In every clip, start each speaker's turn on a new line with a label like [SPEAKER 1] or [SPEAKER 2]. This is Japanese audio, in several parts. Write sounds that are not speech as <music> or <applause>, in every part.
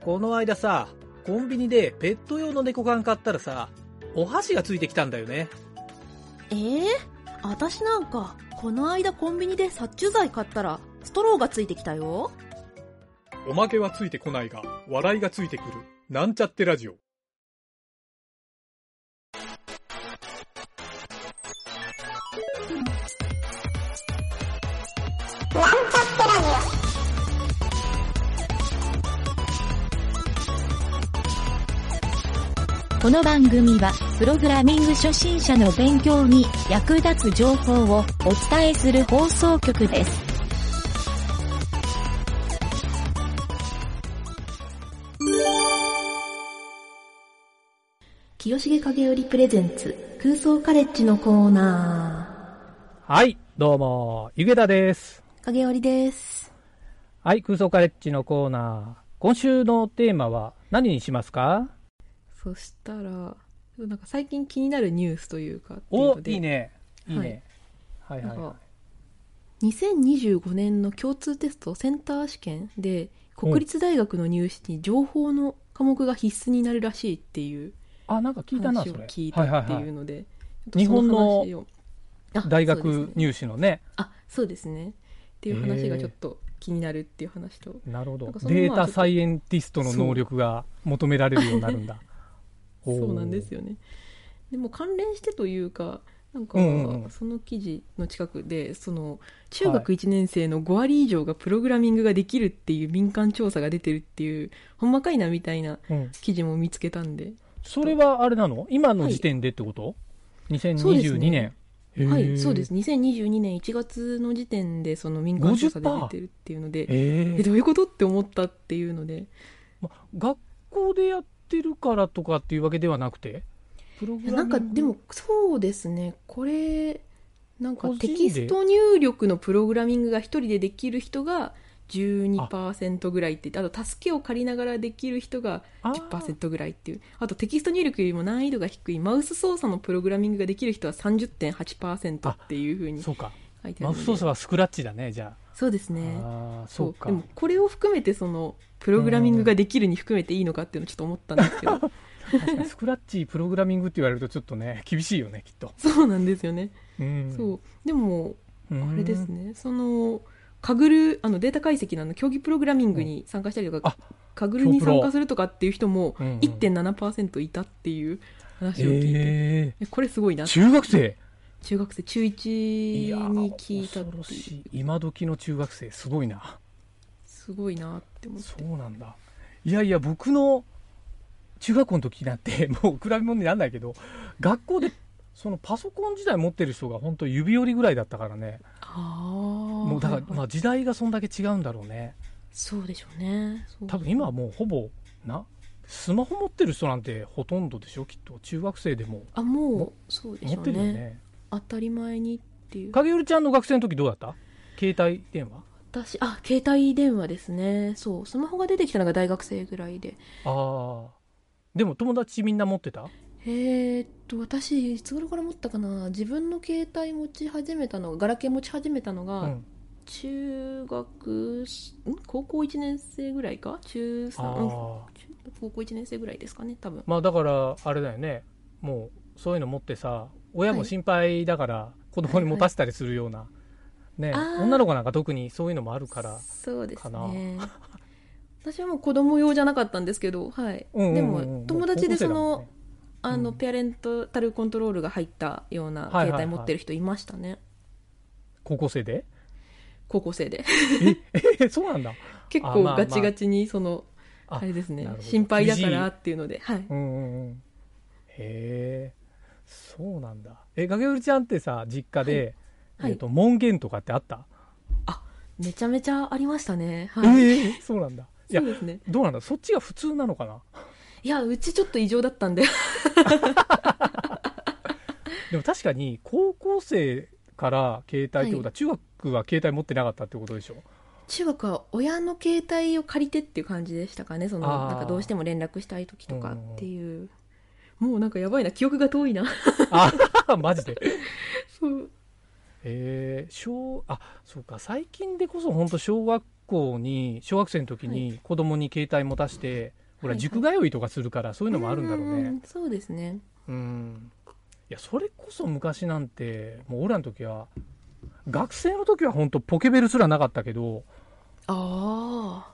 [SPEAKER 1] この間さ、コンビニでペット用の猫缶買ったらさ、お箸がついてきたんだよね。
[SPEAKER 2] ええ私なんか、この間コンビニで殺虫剤買ったら、ストローがついてきたよ。
[SPEAKER 1] おまけはついてこないが、笑いがついてくる。なんちゃってラジオ。
[SPEAKER 3] この番組は、プログラミング初心者の勉強に役立つ情報をお伝えする放送局です。
[SPEAKER 4] 清重影織プレゼンツ空想カレッジのコーナ
[SPEAKER 5] はい、どうも、ゆげたです。
[SPEAKER 4] ー。影織です。
[SPEAKER 5] はい、空想カレッジのコーナー。今週のテーマは何にしますか
[SPEAKER 6] そしたら、なんか最近気になるニュースというかっていう
[SPEAKER 5] お
[SPEAKER 6] の、で
[SPEAKER 5] いいね。いいね。はい、
[SPEAKER 6] な
[SPEAKER 5] はい、
[SPEAKER 6] ん
[SPEAKER 5] は
[SPEAKER 6] か2025年の共通テストセンター試験で
[SPEAKER 5] うん
[SPEAKER 6] 国立大学の入試に情報の科目が必須になるらしいっていう
[SPEAKER 5] い。あ、なんか聞いたな、
[SPEAKER 6] 話を
[SPEAKER 5] それ。
[SPEAKER 6] 聞いたっていうのでちょっと
[SPEAKER 5] 日本の
[SPEAKER 6] そ話をあ
[SPEAKER 5] 大
[SPEAKER 6] そう
[SPEAKER 5] 学
[SPEAKER 6] ですね
[SPEAKER 5] 入試のね。
[SPEAKER 6] あそうですねっていう話がちょっと気になるっていう話と、
[SPEAKER 5] なるほど
[SPEAKER 6] なんか。そのまま
[SPEAKER 5] データサイエンティストの能力が求められるようになるん <laughs> だ。
[SPEAKER 6] そうなんです
[SPEAKER 5] よ。
[SPEAKER 6] よねでも関連してというかなんか
[SPEAKER 5] うんうんうん
[SPEAKER 6] その記事の近くでその中学1年生の5割以上がプログラミングができるっていう民間調査が出てるっていうほんまかいなみたいな
[SPEAKER 5] うん。
[SPEAKER 6] 記事も見つけたんで
[SPEAKER 5] それはあれなの今の時点でってこと、
[SPEAKER 6] そうです
[SPEAKER 5] ?2022 年
[SPEAKER 6] ね。はいそうです
[SPEAKER 5] ね。
[SPEAKER 6] 2022年1月の時点でその民間調査で出てるっていうので
[SPEAKER 5] え
[SPEAKER 6] えどういうことって思ったっていうので
[SPEAKER 5] ま、学校でやってるからとかっていうわけではなくてプロ
[SPEAKER 6] い
[SPEAKER 5] グ
[SPEAKER 6] や
[SPEAKER 5] ラミ
[SPEAKER 6] な
[SPEAKER 5] ン
[SPEAKER 6] ん
[SPEAKER 5] グ
[SPEAKER 6] かでもそうですねこれなんか
[SPEAKER 5] 個人で
[SPEAKER 6] テキスト入力のプログラミングが一人でできる人が12%ぐらいってあと助けを借りながらできる人が
[SPEAKER 5] あー
[SPEAKER 6] 10%ぐらいっていうあとテキスト入力よりも難易度が低いマウス操作のプログラミングができる人は30.8%っていうふうに書
[SPEAKER 5] そうか
[SPEAKER 6] いてあ
[SPEAKER 5] マウ
[SPEAKER 6] るので
[SPEAKER 5] ス操作はスクラッチだねじゃ
[SPEAKER 6] そうです
[SPEAKER 5] あ、
[SPEAKER 6] ね
[SPEAKER 5] ああ
[SPEAKER 6] そ
[SPEAKER 5] そううか
[SPEAKER 6] でもこれを含めてそのプログラミングができるに含めていいのかっていうのをちょっと思ったんですけど
[SPEAKER 5] <laughs> 確かにスクラッチプログラミングって言われるとちょっとね厳しいよねきっと、
[SPEAKER 6] そうなんですよね、
[SPEAKER 5] うん、
[SPEAKER 6] そうでも
[SPEAKER 5] うん
[SPEAKER 6] あれですね、そのカグルあのデータ解析のあの競技プログラミングに参加したりとか、カグルに
[SPEAKER 5] 競プロ
[SPEAKER 6] 参加するとかっていう人も
[SPEAKER 5] うんうん
[SPEAKER 6] 1.7%いたっていう話を聞いて、
[SPEAKER 5] え
[SPEAKER 6] えこれすごい
[SPEAKER 5] ー、
[SPEAKER 6] な
[SPEAKER 5] 中学生
[SPEAKER 6] 中学生中1
[SPEAKER 5] いや
[SPEAKER 6] に聞いたっ
[SPEAKER 5] 恐
[SPEAKER 6] て
[SPEAKER 5] ろ
[SPEAKER 6] いう
[SPEAKER 5] しい今時の中学生すごいな
[SPEAKER 6] すごいなって思って
[SPEAKER 5] そうなんだいやいや僕の中学校の時なんて <laughs> もう比べ物にならないけど学校でそのパソコン自体持ってる人が本当指折りぐらいだったからね
[SPEAKER 6] ああ
[SPEAKER 5] もうだから、まあ、時代がそんだけ違うんだろうね
[SPEAKER 6] そうでしょうねそう
[SPEAKER 5] 多分今はもうほぼなスマホ持ってる人なんてほとんどでしょきっと中学生でも
[SPEAKER 6] あもうそうで
[SPEAKER 5] 持
[SPEAKER 6] しょ
[SPEAKER 5] っ
[SPEAKER 6] う
[SPEAKER 5] てるよね
[SPEAKER 6] ね当たり前にっていう
[SPEAKER 5] 影るちゃんの学生の時どうだった携帯電話
[SPEAKER 6] 私あ携帯電話ですねそうスマホが出てきたのが大学生ぐらいで
[SPEAKER 5] ああでも友達みんな持ってた
[SPEAKER 6] えーっと私いつ頃から持ったかな自分の携帯持ち始めたのガラケー持ち始めたの
[SPEAKER 5] う
[SPEAKER 6] が
[SPEAKER 5] ん
[SPEAKER 6] 中学、ん高校1年生ぐらいか中3
[SPEAKER 5] あ
[SPEAKER 6] うん
[SPEAKER 5] あ
[SPEAKER 6] 中高校1年生ぐらいですかね多分
[SPEAKER 5] まあだからあれだよねもうそういうの持ってさ親も心配だから子供に持たせたりするような、ね
[SPEAKER 6] あー
[SPEAKER 5] 女の子なんか特にそういうのもあるから
[SPEAKER 6] そうです
[SPEAKER 5] かな <laughs>
[SPEAKER 6] ね私はもう子供用じゃなかったんですけどはい
[SPEAKER 5] うんうん
[SPEAKER 6] で
[SPEAKER 5] うん
[SPEAKER 6] も友達でそ
[SPEAKER 5] もう
[SPEAKER 6] の
[SPEAKER 5] 高校生
[SPEAKER 6] あの
[SPEAKER 5] うん
[SPEAKER 6] ペアレントタルコントロールが入ったような
[SPEAKER 5] はいはいは
[SPEAKER 6] 携
[SPEAKER 5] い
[SPEAKER 6] 帯持ってる人いましたね
[SPEAKER 5] だもんね
[SPEAKER 6] 高校生で
[SPEAKER 5] 高校生でそうなんだ
[SPEAKER 6] 結
[SPEAKER 5] あ
[SPEAKER 6] 構
[SPEAKER 5] まあまあ
[SPEAKER 6] ガチガチにその
[SPEAKER 5] あ
[SPEAKER 6] あれですね
[SPEAKER 5] なるほど
[SPEAKER 6] 心配だからっていうのではい
[SPEAKER 5] うんうんうんへえそうなんだえ影うるちゃんってさ実家で、
[SPEAKER 6] はい
[SPEAKER 5] えっと門限とかってあった、
[SPEAKER 6] めちゃめちゃありましたね。はい。
[SPEAKER 5] ええそうなんだいや
[SPEAKER 6] そうですね。
[SPEAKER 5] どうなんだそっちが普通なのかない
[SPEAKER 6] や、うちちょっと異常だったんで。
[SPEAKER 5] でも確かに高校生から携帯ってことは、中学は携帯持ってなかったってことでしょ <laughs>
[SPEAKER 6] 中学は親の携帯を借りてっていう感じでしたかね。その、
[SPEAKER 5] あー
[SPEAKER 6] なんかどうしても連絡したい時とかっていう。もうなんかやばいな。記憶が遠い <laughs> な。
[SPEAKER 5] あマジで
[SPEAKER 6] そう。
[SPEAKER 5] えー、小あそうか最近でこそ本当小学校に小学生の時
[SPEAKER 6] は
[SPEAKER 5] に子供に携帯持たして、ほ
[SPEAKER 6] はいは
[SPEAKER 5] ら
[SPEAKER 6] い
[SPEAKER 5] 塾通いとかするからそういうのもあるんだろうね。
[SPEAKER 6] んそうですね
[SPEAKER 5] うんいやそれこそ昔なんてもう俺らの時は学生の時は本当ポケベルすらなかったけど
[SPEAKER 6] あ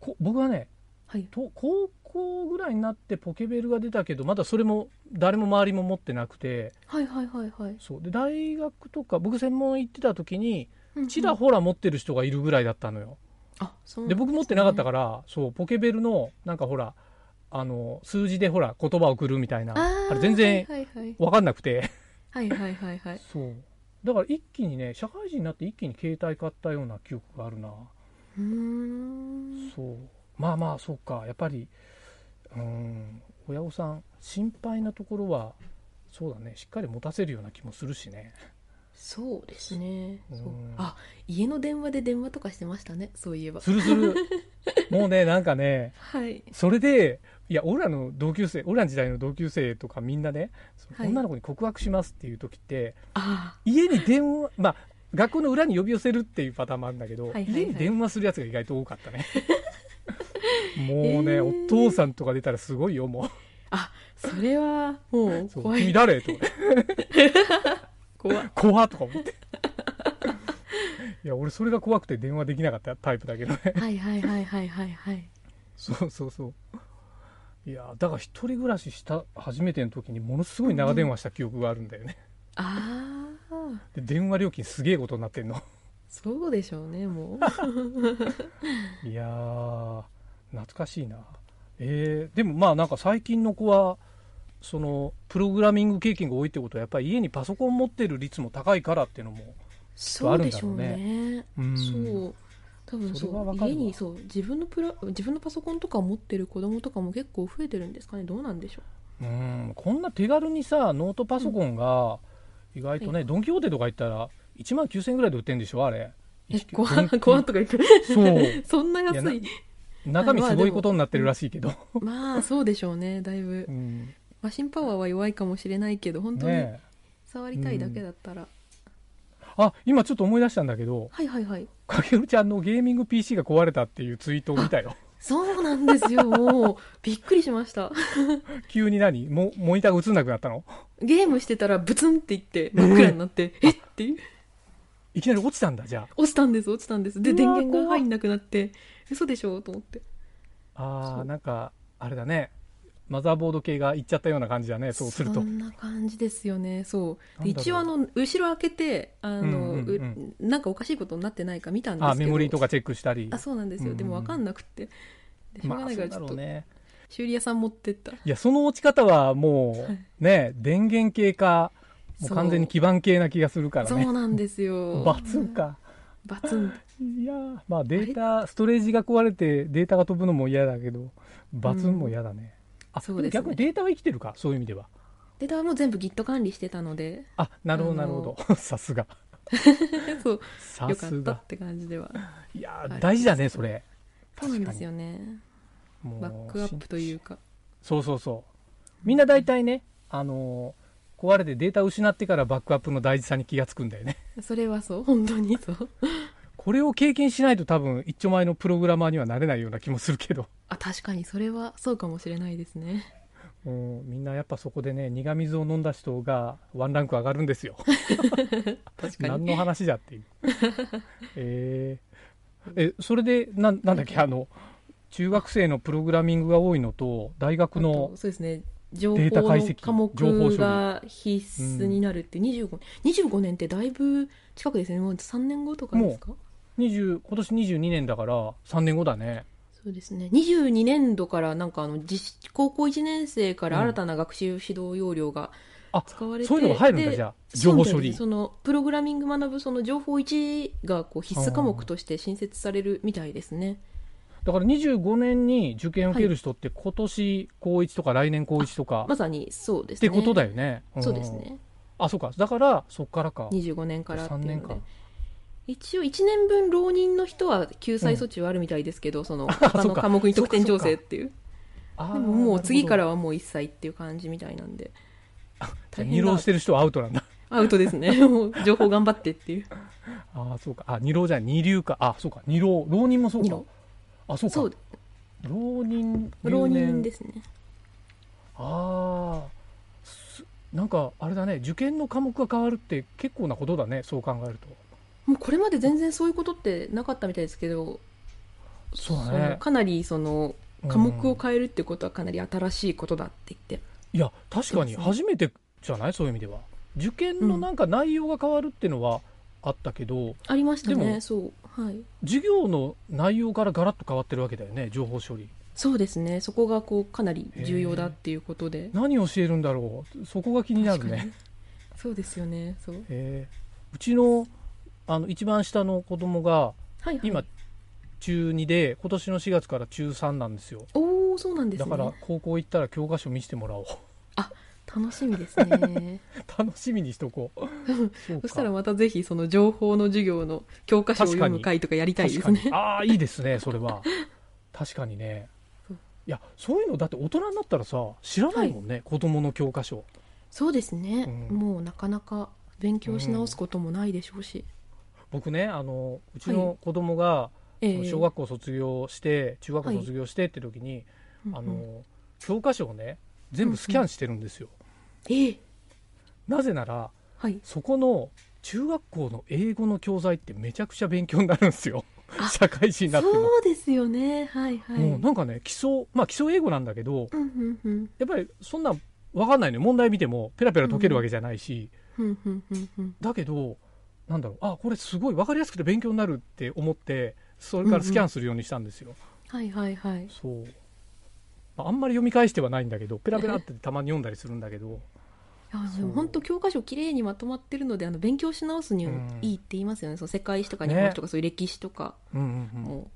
[SPEAKER 5] こ僕はね、
[SPEAKER 6] はい
[SPEAKER 5] と高校ぐらいになってポケベルが出たけどまだそれも誰も周りも持ってなくて
[SPEAKER 6] あはいはいはいはい
[SPEAKER 5] そうで大学とか僕専門行ってた時にちら
[SPEAKER 6] ほ
[SPEAKER 5] ほら持ってる人がいるぐらいだったのよ。
[SPEAKER 6] あそう
[SPEAKER 5] で僕持ってなかった
[SPEAKER 6] ら
[SPEAKER 5] からそうポケベルのなんかほらあの数字でほら言葉を送るみたいなあれ全然
[SPEAKER 6] はいはい
[SPEAKER 5] 分かんなくて。
[SPEAKER 6] はいはいはいはいはい
[SPEAKER 5] そうだから一気にね社会人になって一気に携帯買ったような記憶があるな、
[SPEAKER 6] うーん
[SPEAKER 5] そうまあまあそうかやっぱりうん親御さん心配なところはそうだねしっかり持たせるような気もするしね
[SPEAKER 6] そうですねそう
[SPEAKER 5] うん
[SPEAKER 6] あ家の電話で電話とかしてましたねそういえば
[SPEAKER 5] するす
[SPEAKER 6] <laughs>
[SPEAKER 5] るもうねなんかね
[SPEAKER 6] はい
[SPEAKER 5] それでいや俺らの同級生俺らの時代の同級生とかみんなね、その
[SPEAKER 6] はい
[SPEAKER 5] 女の子に告白しますっていう時って
[SPEAKER 6] あ
[SPEAKER 5] 家に電話まあ学校の裏に呼び寄せるっていうパターンもあるんだけど、
[SPEAKER 6] はいはいはい
[SPEAKER 5] 家に電話するやつが意外と多かったね
[SPEAKER 6] <laughs>
[SPEAKER 5] もうね、
[SPEAKER 6] えー
[SPEAKER 5] お父さんとか出たらすごいよも
[SPEAKER 6] それはもう
[SPEAKER 5] うそう
[SPEAKER 6] 怖
[SPEAKER 5] 君
[SPEAKER 6] い
[SPEAKER 5] 誰とか
[SPEAKER 6] 怖い
[SPEAKER 5] 怖っとか思って <laughs> いや俺それが怖くて電話できなかったタイプだけどね <laughs>
[SPEAKER 6] はいはいはいはいはいはい
[SPEAKER 5] そうそうそういやだから一人暮らしした初めての時にものすごい長電話した記憶があるんだよね、
[SPEAKER 6] ああ
[SPEAKER 5] で電話料金すげえことになってんの
[SPEAKER 6] そうでしょうねも
[SPEAKER 5] <laughs>
[SPEAKER 6] う
[SPEAKER 5] いやー懐かしいな、えーでもまあなんか最近の子はそのプログラミング経験が多いってことはやっぱり家にパソコン持ってる率も高いからっていうのも
[SPEAKER 6] そうでしょう
[SPEAKER 5] ある
[SPEAKER 6] ね
[SPEAKER 5] うん
[SPEAKER 6] そう多分
[SPEAKER 5] そ
[SPEAKER 6] そ
[SPEAKER 5] れはわ
[SPEAKER 6] う
[SPEAKER 5] かるわ
[SPEAKER 6] 家にそう自分のプラ自分のパソコンとか持ってる子供とかも結構増えてるんですかねどうなんでしょ
[SPEAKER 5] うんこんな手軽にさノートパソコンが意外とね、
[SPEAKER 6] は
[SPEAKER 5] ドン・キホーテとか行ったら1万9000円ぐらいで売ってるんでしょあれ
[SPEAKER 6] うえ
[SPEAKER 5] 一
[SPEAKER 6] ご
[SPEAKER 5] ド
[SPEAKER 6] 飯
[SPEAKER 5] ンキ
[SPEAKER 6] ご飯とか行く
[SPEAKER 5] そう
[SPEAKER 6] そんな安い
[SPEAKER 5] い中身
[SPEAKER 6] <laughs> まあ
[SPEAKER 5] すごいことになってるらしいけど、
[SPEAKER 6] まあそうでしょうねだいぶ
[SPEAKER 5] うん
[SPEAKER 6] マシンパワーは弱いかもしれないけど本当に
[SPEAKER 5] ねえ
[SPEAKER 6] 触りたいだけだったら、
[SPEAKER 5] あ今ちょっと思い出したんだけど
[SPEAKER 6] はいはいはい
[SPEAKER 5] かけるちゃんのゲーミング PC が壊れたっていうツイートを見たよ
[SPEAKER 6] <laughs> そうなんで
[SPEAKER 5] <laughs>
[SPEAKER 6] すよもうびっくりしました
[SPEAKER 5] 急に何モモニターが映んなくなったの
[SPEAKER 6] ゲームしてたらブツンっていって真っ暗になって、えっていう
[SPEAKER 5] いきなり落ちたんだじゃ
[SPEAKER 6] 落ちたんです落ちたんですで
[SPEAKER 5] うわ
[SPEAKER 6] 電源が入んなくなって嘘でしょと思って
[SPEAKER 5] あ
[SPEAKER 6] そ
[SPEAKER 5] あ
[SPEAKER 6] う
[SPEAKER 5] なんかあれだねマザーボード系がいっちゃったような感じだねそうすると
[SPEAKER 6] んな感じですよねそうで
[SPEAKER 5] なんだろう
[SPEAKER 6] 一応あの後ろ開けてあの、
[SPEAKER 5] うんうん
[SPEAKER 6] うなんかおかしいことになってないか見たんですけど
[SPEAKER 5] あメモリーとかチェックしたり
[SPEAKER 6] あそうなんですよ、でも
[SPEAKER 5] うんうん
[SPEAKER 6] 分かんなくってでしょうが
[SPEAKER 5] ま
[SPEAKER 6] な
[SPEAKER 5] あ
[SPEAKER 6] い
[SPEAKER 5] そ
[SPEAKER 6] か
[SPEAKER 5] う
[SPEAKER 6] ら
[SPEAKER 5] だ
[SPEAKER 6] ちょ
[SPEAKER 5] ろ
[SPEAKER 6] っ
[SPEAKER 5] う
[SPEAKER 6] と
[SPEAKER 5] ね
[SPEAKER 6] 修理屋さん持ってった
[SPEAKER 5] いやその落ち方はも
[SPEAKER 6] はいう
[SPEAKER 5] ね電源系かもう
[SPEAKER 6] そう
[SPEAKER 5] 完全に基盤系な気がするから
[SPEAKER 6] そう
[SPEAKER 5] ね
[SPEAKER 6] なんですよ
[SPEAKER 5] バツンか
[SPEAKER 6] バツン
[SPEAKER 5] いやーまあデータストレージが壊れてデータが飛ぶのも嫌だけどバツンも嫌だね、あ
[SPEAKER 6] そうですね
[SPEAKER 5] も逆にデータは生きてるかそういう意味では
[SPEAKER 6] データはもう全部 Git 管理してたので
[SPEAKER 5] あなるほどなるほど <laughs> さすが
[SPEAKER 6] そう
[SPEAKER 5] さ
[SPEAKER 6] よかっ
[SPEAKER 5] す
[SPEAKER 6] た
[SPEAKER 5] が
[SPEAKER 6] って感じではい
[SPEAKER 5] やー
[SPEAKER 6] はい
[SPEAKER 5] 大事だねそれ
[SPEAKER 6] そうなんですよね
[SPEAKER 5] もう
[SPEAKER 6] バックアップというか
[SPEAKER 5] そうそうそうみんな大体ねあのー壊れてデータ失ってからバックアップの大事さに気がつくんだよね
[SPEAKER 6] それはそう本当にそう
[SPEAKER 5] これを経験しないと多分一丁前のプログラマーにはなれないような気もするけ <laughs> ど、
[SPEAKER 6] あ確かにそれはそうかもしれないですね
[SPEAKER 5] <laughs> うん、みんなやっぱそこでね苦水を飲んだ人がワンランク上がるんです <laughs> よ
[SPEAKER 6] 確か
[SPEAKER 5] 何
[SPEAKER 6] に
[SPEAKER 5] の話じゃ <laughs> っていうえーえそれでなんなんだっけあの中学生のプログラミングが多いのと大学
[SPEAKER 6] あ
[SPEAKER 5] の
[SPEAKER 6] とそうですね情報
[SPEAKER 5] データ解析
[SPEAKER 6] の科
[SPEAKER 5] 情報処理
[SPEAKER 6] 目が必須になるって25 25年ってだいぶ近くですねもう3年後とかですか
[SPEAKER 5] 20今年22年だから3年後だね
[SPEAKER 6] そうですね22年度からなんかあの実高校1年生から新たな学習指導要領が
[SPEAKER 5] あ
[SPEAKER 6] 使われて、
[SPEAKER 5] そういうのが入るんだ
[SPEAKER 6] で
[SPEAKER 5] じゃあ情報
[SPEAKER 6] そう
[SPEAKER 5] 処
[SPEAKER 6] なんで
[SPEAKER 5] 理
[SPEAKER 6] すそのプログラミング学ぶその情報1がこう必須科目として新設されるみたいですね
[SPEAKER 5] だから25年に受験を受ける人って今年高1とか来年高1とか
[SPEAKER 6] まさにそうで
[SPEAKER 5] っ
[SPEAKER 6] すね
[SPEAKER 5] てことだよね、ん
[SPEAKER 6] そうですね
[SPEAKER 5] あそうかだからそっからか
[SPEAKER 6] 25年からっていう
[SPEAKER 5] 3
[SPEAKER 6] の
[SPEAKER 5] 年
[SPEAKER 6] で
[SPEAKER 5] か
[SPEAKER 6] 一応1年分浪人の人は救済措置はあるみたいですけど、そ
[SPEAKER 5] <laughs>
[SPEAKER 6] の他
[SPEAKER 5] そう
[SPEAKER 6] の
[SPEAKER 5] か
[SPEAKER 6] 科目に得点調整っていう
[SPEAKER 5] あー
[SPEAKER 6] でももう次か
[SPEAKER 5] な <laughs>
[SPEAKER 6] らはもう一切っていう感じみたいなんで
[SPEAKER 5] るほど二浪してる人はアウトなんだ <laughs>
[SPEAKER 6] アウトですねもう情報頑張ってっていう
[SPEAKER 5] ああそうかあ二浪じゃない二流かあそうか二浪浪人もそう
[SPEAKER 6] 二
[SPEAKER 5] か
[SPEAKER 6] 浪
[SPEAKER 5] あそうか
[SPEAKER 6] そう
[SPEAKER 5] 浪人
[SPEAKER 6] 浪人ですすね
[SPEAKER 5] ああすなんかあれだね受験の科目が変わるって結構なことだねそう考えると
[SPEAKER 6] もうこれまで全然そういうことってなかったみたいですけど
[SPEAKER 5] そうだ
[SPEAKER 6] の
[SPEAKER 5] ね
[SPEAKER 6] かなりその科目を変えるってことはかなり新しいことだって言って、
[SPEAKER 5] いや確かに
[SPEAKER 6] そうですね
[SPEAKER 5] 初めてじゃないそういう意味では受験のなんか内容が変わるっていうのはあったけど、
[SPEAKER 6] ありました
[SPEAKER 5] で
[SPEAKER 6] ね
[SPEAKER 5] も
[SPEAKER 6] そうはい
[SPEAKER 5] 授業の内容からガラッと変わってるわけだよね情報処理
[SPEAKER 6] そうですねそこがこうかなり重要だっていうことで
[SPEAKER 5] 何教えるんだろうそこが気になる
[SPEAKER 6] 確か
[SPEAKER 5] ね
[SPEAKER 6] にそうですよねそう
[SPEAKER 5] えーうちのあの一番下の子供が
[SPEAKER 6] はい、はい、
[SPEAKER 5] 今中2で今年の4月から中3なんですよ
[SPEAKER 6] おおそうなんです
[SPEAKER 5] だ
[SPEAKER 6] ね
[SPEAKER 5] から高校行ったら教科書見せてもらおう <laughs>
[SPEAKER 6] 楽しみですね
[SPEAKER 5] 楽しみにしと
[SPEAKER 6] <laughs>
[SPEAKER 5] こうそう
[SPEAKER 6] そ
[SPEAKER 5] か
[SPEAKER 6] したらまたぜひその情報の授業の教科書を読む会とかやりたいで
[SPEAKER 5] 確
[SPEAKER 6] す
[SPEAKER 5] かに
[SPEAKER 6] <laughs> ね
[SPEAKER 5] ああいいですねそれは確かにね
[SPEAKER 6] そう
[SPEAKER 5] いやそういうのだって大人になったらさ知らないもんね、子供の教科書
[SPEAKER 6] そうですね、
[SPEAKER 5] うん
[SPEAKER 6] もうなかなか勉強し直すこともないでしょうし、
[SPEAKER 5] 僕ねあのうち
[SPEAKER 6] は
[SPEAKER 5] の子供が、
[SPEAKER 6] ええ
[SPEAKER 5] 小学校卒業して中学校
[SPEAKER 6] はい
[SPEAKER 5] 卒業してって時に、
[SPEAKER 6] うんうん
[SPEAKER 5] あの教科書をね全部スキャンしてるんですよ、
[SPEAKER 6] ええ
[SPEAKER 5] なぜなら
[SPEAKER 6] はい
[SPEAKER 5] そこの中学校の英語の教材ってめちゃくちゃ勉強になるんですよ
[SPEAKER 6] あ
[SPEAKER 5] 社会人になっても
[SPEAKER 6] そうですよねはいはい、
[SPEAKER 5] もうなんかね基礎まあ基礎英語なんだけど
[SPEAKER 6] うんうんうん
[SPEAKER 5] やっぱりそんなん分かんないのよ問題見てもペラペラ解けるわけじゃないし、
[SPEAKER 6] うんうんうんうん
[SPEAKER 5] だけどなんだろうあこれすごい分かりやすくて勉強になるって思ってそれからスキャンするようにしたんですよ、
[SPEAKER 6] はいはいはい
[SPEAKER 5] そう、まあ、あんまり読み返してはないんだけどペラペラってたまに読んだりするんだけど
[SPEAKER 6] いやで
[SPEAKER 5] そう
[SPEAKER 6] も本当教科書きれいにまとまってるのであの勉強し直すには
[SPEAKER 5] うん
[SPEAKER 6] いいって言いますよね、その世界史とか
[SPEAKER 5] ね
[SPEAKER 6] 日本史とか、そういう歴史とか
[SPEAKER 5] うんうんうん
[SPEAKER 6] も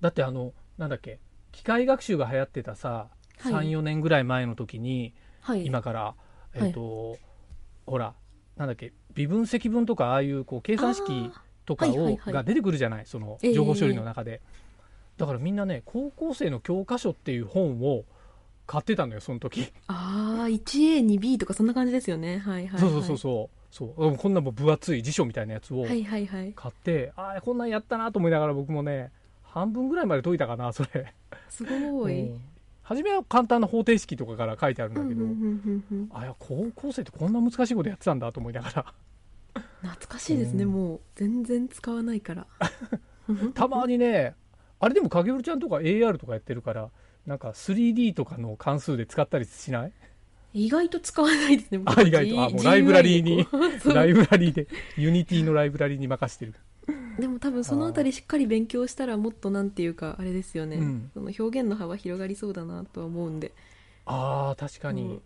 [SPEAKER 5] だってあのなんだっけ機械学習が流行ってたさ、
[SPEAKER 6] はい
[SPEAKER 5] 34年ぐらい前の時に
[SPEAKER 6] はい
[SPEAKER 5] 今からえっ、と、ほらなんだっけ微分積分とかああいうこう計算式
[SPEAKER 6] あ
[SPEAKER 5] とかを、
[SPEAKER 6] はいはいはい
[SPEAKER 5] が出てくるじゃないその
[SPEAKER 6] ええ
[SPEAKER 5] 情報処理の中で、だからみんなね高校生の教科書っていう本を買ってたのよその時、
[SPEAKER 6] あー 1A2B とかそんな感じですよねはいはい、はい、
[SPEAKER 5] そうそうそうそうそうこんなもう分厚い辞書みたいなやつを
[SPEAKER 6] はいはいはい
[SPEAKER 5] 買って、ああこんなんやったなと思いながら僕もね半分ぐらいまで解いたかなそれ
[SPEAKER 6] すごい、
[SPEAKER 5] うん初めは簡単な方程式とかから書いてあるんだ
[SPEAKER 6] うんう
[SPEAKER 5] け
[SPEAKER 6] んう
[SPEAKER 5] ど、
[SPEAKER 6] んうんうん
[SPEAKER 5] あいや高校生ってこんな難しいことやってたんだと思いながら
[SPEAKER 6] 懐かしいですね、
[SPEAKER 5] うん
[SPEAKER 6] もう全然使わないから
[SPEAKER 5] たまにねあれでも影織ちゃんとか AR とかやってるからなんか 3D とかの関数で使ったりしない
[SPEAKER 6] 意外と使わないですね僕
[SPEAKER 5] あ意外とあもうライブラリーに
[SPEAKER 6] GUI でこう
[SPEAKER 5] ライブラリーでユニティのライブラリーに任してる
[SPEAKER 6] でも多分そのあたりしっかり勉強したらもっとなんていうかあれですよね、
[SPEAKER 5] うん
[SPEAKER 6] その表現の幅広がりそうだなとは思うんで
[SPEAKER 5] あー確かに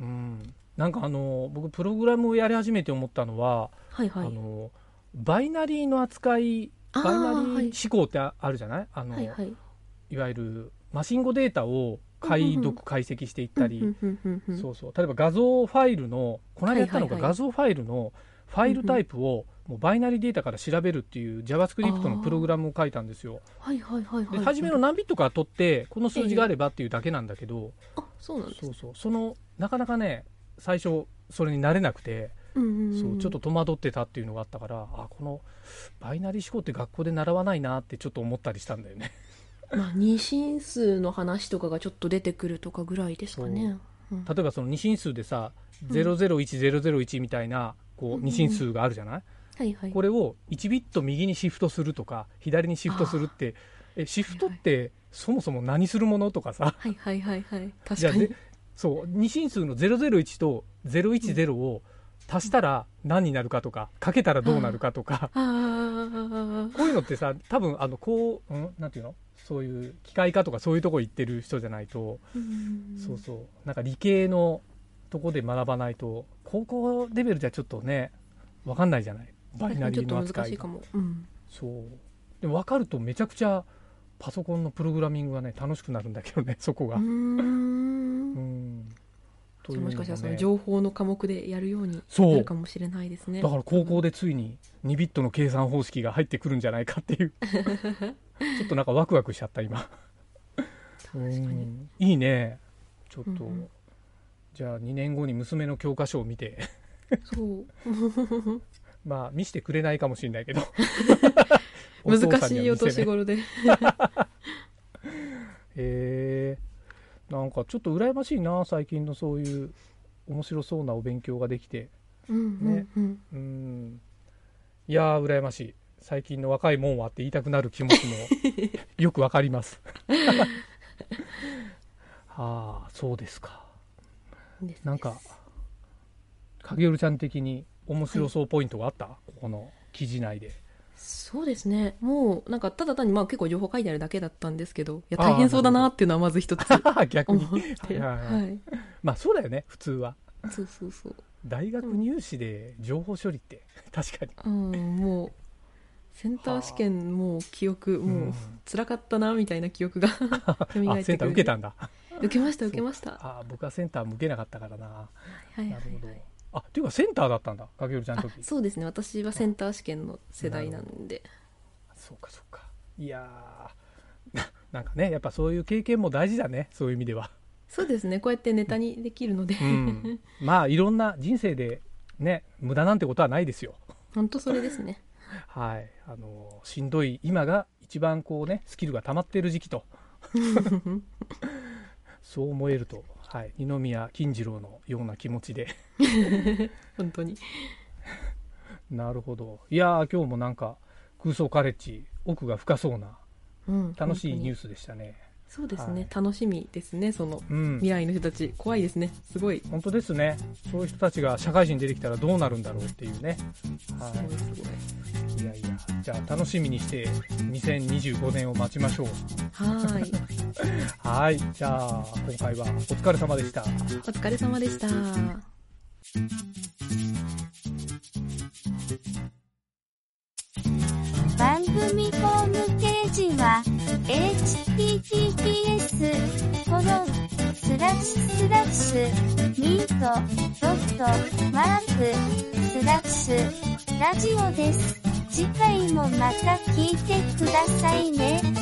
[SPEAKER 5] うん、なんかあの僕プログラムをやり始めて思ったのは、
[SPEAKER 6] はいは
[SPEAKER 5] あ
[SPEAKER 6] い
[SPEAKER 5] のバイナリーの扱い
[SPEAKER 6] あー
[SPEAKER 5] バイナリ
[SPEAKER 6] は
[SPEAKER 5] ー
[SPEAKER 6] い
[SPEAKER 5] 思考ってああるじゃないあの、
[SPEAKER 6] はい
[SPEAKER 5] い
[SPEAKER 6] はい
[SPEAKER 5] わゆるマシン語データを解読、
[SPEAKER 6] うんうんうん
[SPEAKER 5] 解析していったり、
[SPEAKER 6] うんうんうんうん
[SPEAKER 5] そうそう例えば画像ファイルのこの間やったのが
[SPEAKER 6] はいはいはい
[SPEAKER 5] 画像ファイルのファイルタイプをもうバイナリーデータから調べるっていう JavaScript のプログラムを書いたんですよ。
[SPEAKER 6] はいはいはいは
[SPEAKER 5] で
[SPEAKER 6] い
[SPEAKER 5] 初めの何ビットか取ってこの数字があればっていうだけなんだけど、
[SPEAKER 6] あそうなんです
[SPEAKER 5] そうそうそのなかなかね最初それに慣れなくて、
[SPEAKER 6] うんうんうん
[SPEAKER 5] そうちょっと戸惑ってたっていうのがあったからあこのバイナリー思考って学校で習わないなってちょっと思ったりしたんだよね。
[SPEAKER 6] まあ二進数の話とかがちょっと出てくるとかぐらいですかねうん
[SPEAKER 5] 例えばその二進数でさ
[SPEAKER 6] ん
[SPEAKER 5] 001001みたいなこ
[SPEAKER 6] うん
[SPEAKER 5] う二進数があるじゃない、
[SPEAKER 6] はいはい
[SPEAKER 5] これを1ビット右にシフトするとか左にシフトするってえシフトってそもそも何するものとかさ
[SPEAKER 6] はいはいはいはい確
[SPEAKER 5] じゃ
[SPEAKER 6] か
[SPEAKER 5] あ
[SPEAKER 6] に
[SPEAKER 5] ぜそう二進数の001と010を足したら何になるかとかかけたらどうなるかとか、
[SPEAKER 6] あー
[SPEAKER 5] こういうのってさ多分あのこう、うん、なんていうのそういう機械化とかそういうとこ行ってる人じゃないと、
[SPEAKER 6] うん
[SPEAKER 5] そうそうなんか理系のとこで学ばないと高校レベルじゃちょっとね分かんないじゃないバイナリ
[SPEAKER 6] ちょっ
[SPEAKER 5] ーの
[SPEAKER 6] と
[SPEAKER 5] 扱
[SPEAKER 6] 難
[SPEAKER 5] い
[SPEAKER 6] しいかも、うん、
[SPEAKER 5] そうでも分かるとめちゃくちゃパソコンのプログラミングがね楽しくなるんだけどねそ <laughs> こが
[SPEAKER 6] うー。ん
[SPEAKER 5] うんと
[SPEAKER 6] じ
[SPEAKER 5] い
[SPEAKER 6] ゃ
[SPEAKER 5] う
[SPEAKER 6] あ
[SPEAKER 5] の
[SPEAKER 6] も
[SPEAKER 5] も
[SPEAKER 6] しかしたらその
[SPEAKER 5] ね
[SPEAKER 6] 情報の科目でやるように
[SPEAKER 5] そう
[SPEAKER 6] なるかもしれないですね
[SPEAKER 5] だから高校でついに2ビットの計算方式が入ってくるんじゃないかっていう
[SPEAKER 6] <laughs>
[SPEAKER 5] ちょっとなんかワクワクしちゃった今
[SPEAKER 6] 確かに
[SPEAKER 5] いいねちょっと、
[SPEAKER 6] うんうん
[SPEAKER 5] じゃあ2年後に娘の教科書を見て
[SPEAKER 6] そう
[SPEAKER 5] まあ見してくれないかもしれないけ
[SPEAKER 6] <laughs>
[SPEAKER 5] どお父
[SPEAKER 6] 難
[SPEAKER 5] さん
[SPEAKER 6] し
[SPEAKER 5] に
[SPEAKER 6] い
[SPEAKER 5] は
[SPEAKER 6] お
[SPEAKER 5] 見せない
[SPEAKER 6] 年頃で
[SPEAKER 5] へえなんかちょっと羨ましいな最近のそういう面白そうなお勉強ができて
[SPEAKER 6] うんうんうん
[SPEAKER 5] うんいやー羨ましい最近の若いもんはって言いたくなる気持
[SPEAKER 6] <laughs>
[SPEAKER 5] ちもよくわかります <laughs> はあそうですか
[SPEAKER 6] です
[SPEAKER 5] なんか影るちゃん的に面白そうポイントがあった、ここの記事内で
[SPEAKER 6] そうですねもうなんかただ単にまあ結構情報書いてあるだけだったんですけどいや
[SPEAKER 5] あー
[SPEAKER 6] 大変そうだなっていうのはま
[SPEAKER 5] <laughs>
[SPEAKER 6] ず一つ
[SPEAKER 5] 逆に
[SPEAKER 6] <laughs> 思って
[SPEAKER 5] はいはいはい
[SPEAKER 6] はい
[SPEAKER 5] まあそうだよね普通は
[SPEAKER 6] そうそうそう
[SPEAKER 5] 大学入試で情報処理って確かに
[SPEAKER 6] うんもうセンター試験もう記憶もう辛かったなみたいな記憶が <laughs> <laughs> 蘇ってくる
[SPEAKER 5] あセンター受けた
[SPEAKER 6] <laughs>
[SPEAKER 5] んだ
[SPEAKER 6] 受けました受けました
[SPEAKER 5] あ僕はセンター向けなかったからな
[SPEAKER 6] はいはい
[SPEAKER 5] な
[SPEAKER 6] は
[SPEAKER 5] る
[SPEAKER 6] い
[SPEAKER 5] ほどあっていうかセンターだったんだ影るちゃんの
[SPEAKER 6] あ
[SPEAKER 5] 時
[SPEAKER 6] そうですね私はセンター試験の世代なんで
[SPEAKER 5] そうかそうかいやー <laughs> ななんかねやっぱそういう経験も大事だねそういう意味では、
[SPEAKER 6] そうですねこうやってネタにできるので、 <laughs>
[SPEAKER 5] うん、まあいろんな人生でね無駄なんてことはないですよ
[SPEAKER 6] 本当それですね
[SPEAKER 5] はいあのしんどい今が一番こうねスキルが溜まってる時期と
[SPEAKER 6] <laughs>
[SPEAKER 5] そう思えると、はい、二宮金次郎のような気持ちで
[SPEAKER 6] 本当に
[SPEAKER 5] なるほどいやー今日もなんか空想カレッジ奥が深そうな
[SPEAKER 6] うん
[SPEAKER 5] 楽しいニュ
[SPEAKER 6] ース
[SPEAKER 5] ースでしたね
[SPEAKER 6] そうですね、
[SPEAKER 5] はい
[SPEAKER 6] 楽しみですねその
[SPEAKER 5] うん
[SPEAKER 6] 未来の人たち怖いですねすごい
[SPEAKER 5] 本当ですねそういう人たちが社会人に出てきたらどうなるんだろうっていうね、は
[SPEAKER 6] すごいすごい
[SPEAKER 5] い、いやいやじゃあ楽しみにして2025年を待ちましょう
[SPEAKER 6] はーい
[SPEAKER 5] はいじゃあ今回はお疲れ様でした
[SPEAKER 6] お疲れ様でした
[SPEAKER 7] 番組ホームページは https コロンスラッシュスラッシュミートドットマークスラッシュラジオです。次回もまた聞いてくださいね。